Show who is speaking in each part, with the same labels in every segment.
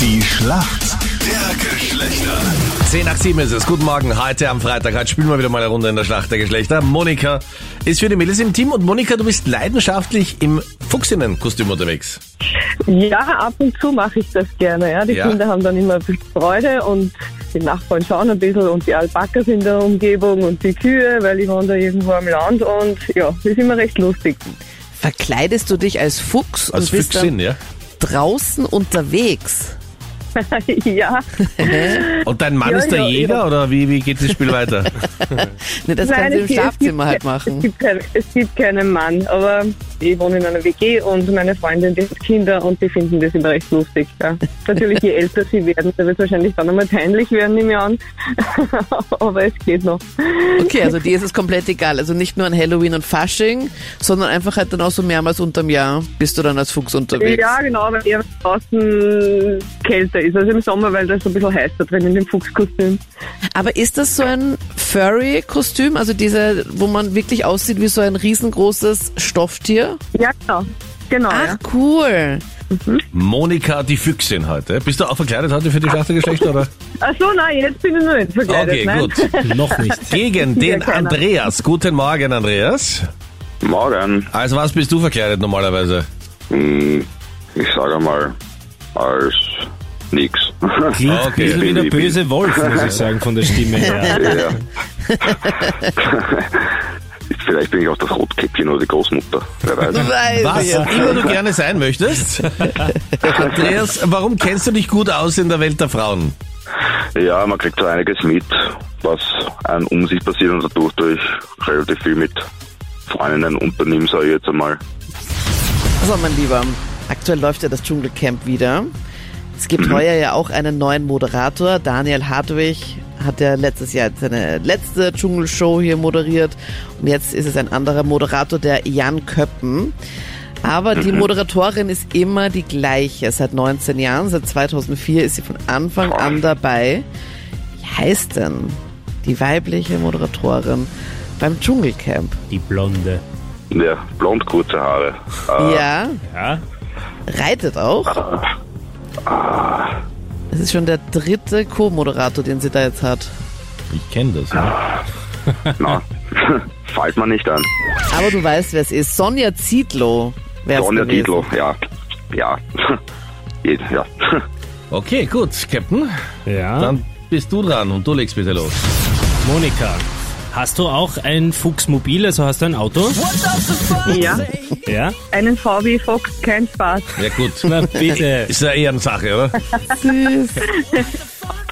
Speaker 1: Die Schlacht der Geschlechter.
Speaker 2: 10 nach 7 ist es. Guten Morgen. Heute am Freitag. Heute spielen wir wieder mal eine Runde in der Schlacht der Geschlechter. Monika ist für die Mädels im Team und Monika, du bist leidenschaftlich im Fuchsinnen-Kostüm unterwegs.
Speaker 3: Ja, ab und zu mache ich das gerne. Ja. Die
Speaker 2: Ja.
Speaker 3: Kinder haben dann immer ein bisschen Freude und die Nachbarn schauen ein bisschen und die Alpakas in der Umgebung und die Kühe, weil ich wohne da irgendwo am Land und ja, das ist immer recht lustig.
Speaker 4: Verkleidest du dich als Fuchs
Speaker 2: Als
Speaker 4: und bist
Speaker 2: Füchsin,
Speaker 4: dann
Speaker 2: ja.
Speaker 4: draußen unterwegs?
Speaker 3: ja, also
Speaker 2: Und dein Mann
Speaker 3: Ja,
Speaker 2: ist der
Speaker 3: ja,
Speaker 2: Jäger
Speaker 3: ja.
Speaker 2: oder wie, wie geht das Spiel weiter?
Speaker 4: Ne, das
Speaker 3: Nein,
Speaker 4: kannst du im
Speaker 3: es gibt-
Speaker 4: Schlafzimmer
Speaker 3: es
Speaker 4: halt
Speaker 3: gibt- Es
Speaker 4: machen.
Speaker 3: gibt, kein, es gibt keinen Mann, aber ich wohne in einer WG und meine Freundin, die hat Kinder und die finden das immer recht lustig. Ja. Natürlich, je älter sie werden, da wird es wahrscheinlich dann einmal peinlich werden, nehme ich an. aber es geht noch.
Speaker 4: Okay, also dir ist es komplett egal. Also nicht nur an Halloween und Fasching, sondern einfach halt dann auch so mehrmals unterm Jahr bist du dann als Fuchs unterwegs.
Speaker 3: Ja, genau, weil eher draußen kälter ist als im Sommer, weil da ist ein bisschen heißer drin in dem Fuchskostüm.
Speaker 4: Aber ist das so ein Furry-Kostüm, also diese, wo man wirklich aussieht wie so ein riesengroßes Stofftier?
Speaker 3: Ja, genau. Genau,
Speaker 4: Ach
Speaker 3: ja.
Speaker 4: cool.
Speaker 2: Monika, die Füchsin heute. Bist du auch verkleidet heute für die Schlacht der Geschlechter? Oder?
Speaker 3: Ach so, nein, jetzt bin ich nur nicht verkleidet.
Speaker 2: Okay,
Speaker 3: nein.
Speaker 2: gut.
Speaker 5: Noch nicht.
Speaker 2: Gegen den
Speaker 3: keiner.
Speaker 2: Andreas. Guten Morgen, Andreas.
Speaker 6: Morgen,
Speaker 2: Als was bist du verkleidet normalerweise?
Speaker 6: Hm, ich sage mal, als nix.
Speaker 5: Klingt
Speaker 2: Okay.
Speaker 5: ein bisschen wie
Speaker 6: Bin-
Speaker 5: der
Speaker 6: bin-
Speaker 5: böse Wolf, muss ich sagen, von der Stimme her.
Speaker 6: ja. Vielleicht bin ich auch das Rotkäppchen oder die Großmutter, wer weiß.
Speaker 4: Weiß
Speaker 2: Was
Speaker 4: ich.
Speaker 2: immer du gerne sein möchtest. Andreas, warum kennst du dich gut aus in der Welt der Frauen?
Speaker 6: Ja, man kriegt so einiges mit, was einem um sich passiert und dadurch tue ich relativ viel mit Freundinnen unternehmen, sage ich jetzt einmal.
Speaker 4: So, Also, mein Lieber, aktuell läuft ja das Dschungelcamp wieder. Es gibt heuer ja auch einen neuen Moderator. Daniel Hartwig hat ja letztes Jahr seine letzte Dschungelshow hier moderiert. Und jetzt ist es ein anderer Moderator, der Jan Köppen. Aber die Moderatorin ist immer die gleiche. Seit 19 Jahren, seit 2004 ist sie von Anfang an dabei. Wie heißt denn die weibliche Moderatorin beim Dschungelcamp?
Speaker 5: Die Blonde.
Speaker 6: Ja, blond kurze Haare. Ah,
Speaker 4: Ja,
Speaker 5: Ja?
Speaker 4: reitet auch. Das ist schon der dritte Co-Moderator, den sie da jetzt hat.
Speaker 2: Ich kenne das. Ja.
Speaker 6: Na, fällt man nicht an.
Speaker 4: Aber du weißt, wer es ist. Sonja Zietlow. Wär's
Speaker 6: Sonja
Speaker 4: gewesen.
Speaker 6: Titlo, ja. Ja. ja.
Speaker 2: Okay, gut, Captain.
Speaker 5: Ja.
Speaker 2: Dann bist du dran und du legst bitte los.
Speaker 5: Monika, hast du auch ein Fuchsmobil, also hast du ein Auto?
Speaker 3: Ja,
Speaker 5: Ja?
Speaker 3: einen VW Fox, kein Spaß.
Speaker 2: Ja gut.
Speaker 5: Na bitte.
Speaker 2: Ist ja eher eine Sache, oder?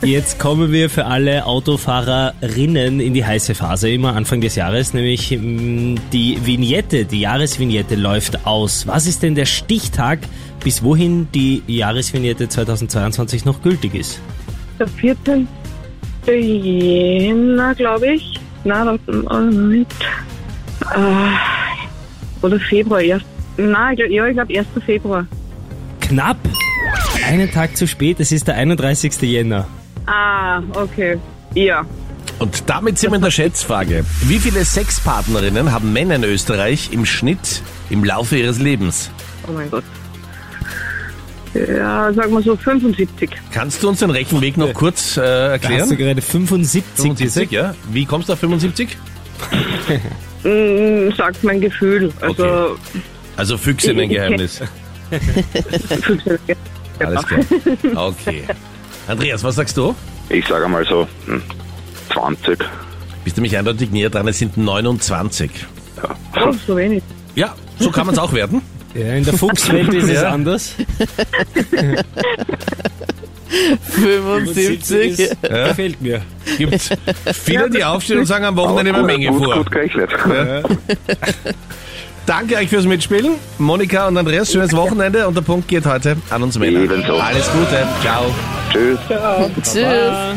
Speaker 5: Jetzt kommen wir für alle Autofahrerinnen in die heiße Phase immer Anfang des Jahres, nämlich mm, die Vignette, die Jahresvignette läuft aus. Was ist denn der Stichtag, bis wohin die Jahresvignette 2022 noch gültig ist?
Speaker 3: Der 14. Jänner, glaube ich. Na, warte mal, oh, Moment. Äh, oder Februar, erst. Na, ich glaub, ja, ich glaube 1. Februar.
Speaker 5: Knapp! Einen Tag zu spät, es ist der 31. Jänner.
Speaker 3: Ah, okay. Ja.
Speaker 2: Und damit sind wir in der Schätzfrage. Wie viele Sexpartnerinnen haben Männer in Österreich im Schnitt im Laufe ihres Lebens?
Speaker 3: Oh mein Gott. Ja, sagen wir so 75.
Speaker 2: Kannst du uns den Rechenweg noch kurz äh,
Speaker 5: Da hast du
Speaker 2: erklären?
Speaker 5: gerade 75 gesagt.
Speaker 2: 75, ja? Wie kommst du auf 75?
Speaker 3: Mm, sagt mein Gefühl. Also,
Speaker 2: Also Füchsinnen-Geheimnis.
Speaker 3: okay.
Speaker 2: Alles klar. Okay. Andreas, was sagst du?
Speaker 6: Ich sage mal so, hm, 20.
Speaker 2: Bist du mich eindeutig näher dran? Es sind 29.
Speaker 3: oh, so wenig.
Speaker 2: Ja, so kann man es auch werden.
Speaker 5: Ja, in der Fuchswelt ist es
Speaker 2: Ja.
Speaker 5: anders.
Speaker 4: 75.
Speaker 5: ist- Gefällt mir.
Speaker 2: Gibt viele, die aufstehen und sagen am Wochenende immer
Speaker 6: gut,
Speaker 2: Menge
Speaker 6: gut,
Speaker 2: vor.
Speaker 6: gut gerechnet.
Speaker 2: Danke euch fürs Mitspielen. Monika und Andreas, schönes Wochenende. Und der Punkt geht heute an uns Männer.
Speaker 6: Ebenso.
Speaker 2: Alles Gute. Ciao.
Speaker 6: Tschüss.
Speaker 4: Tschüss.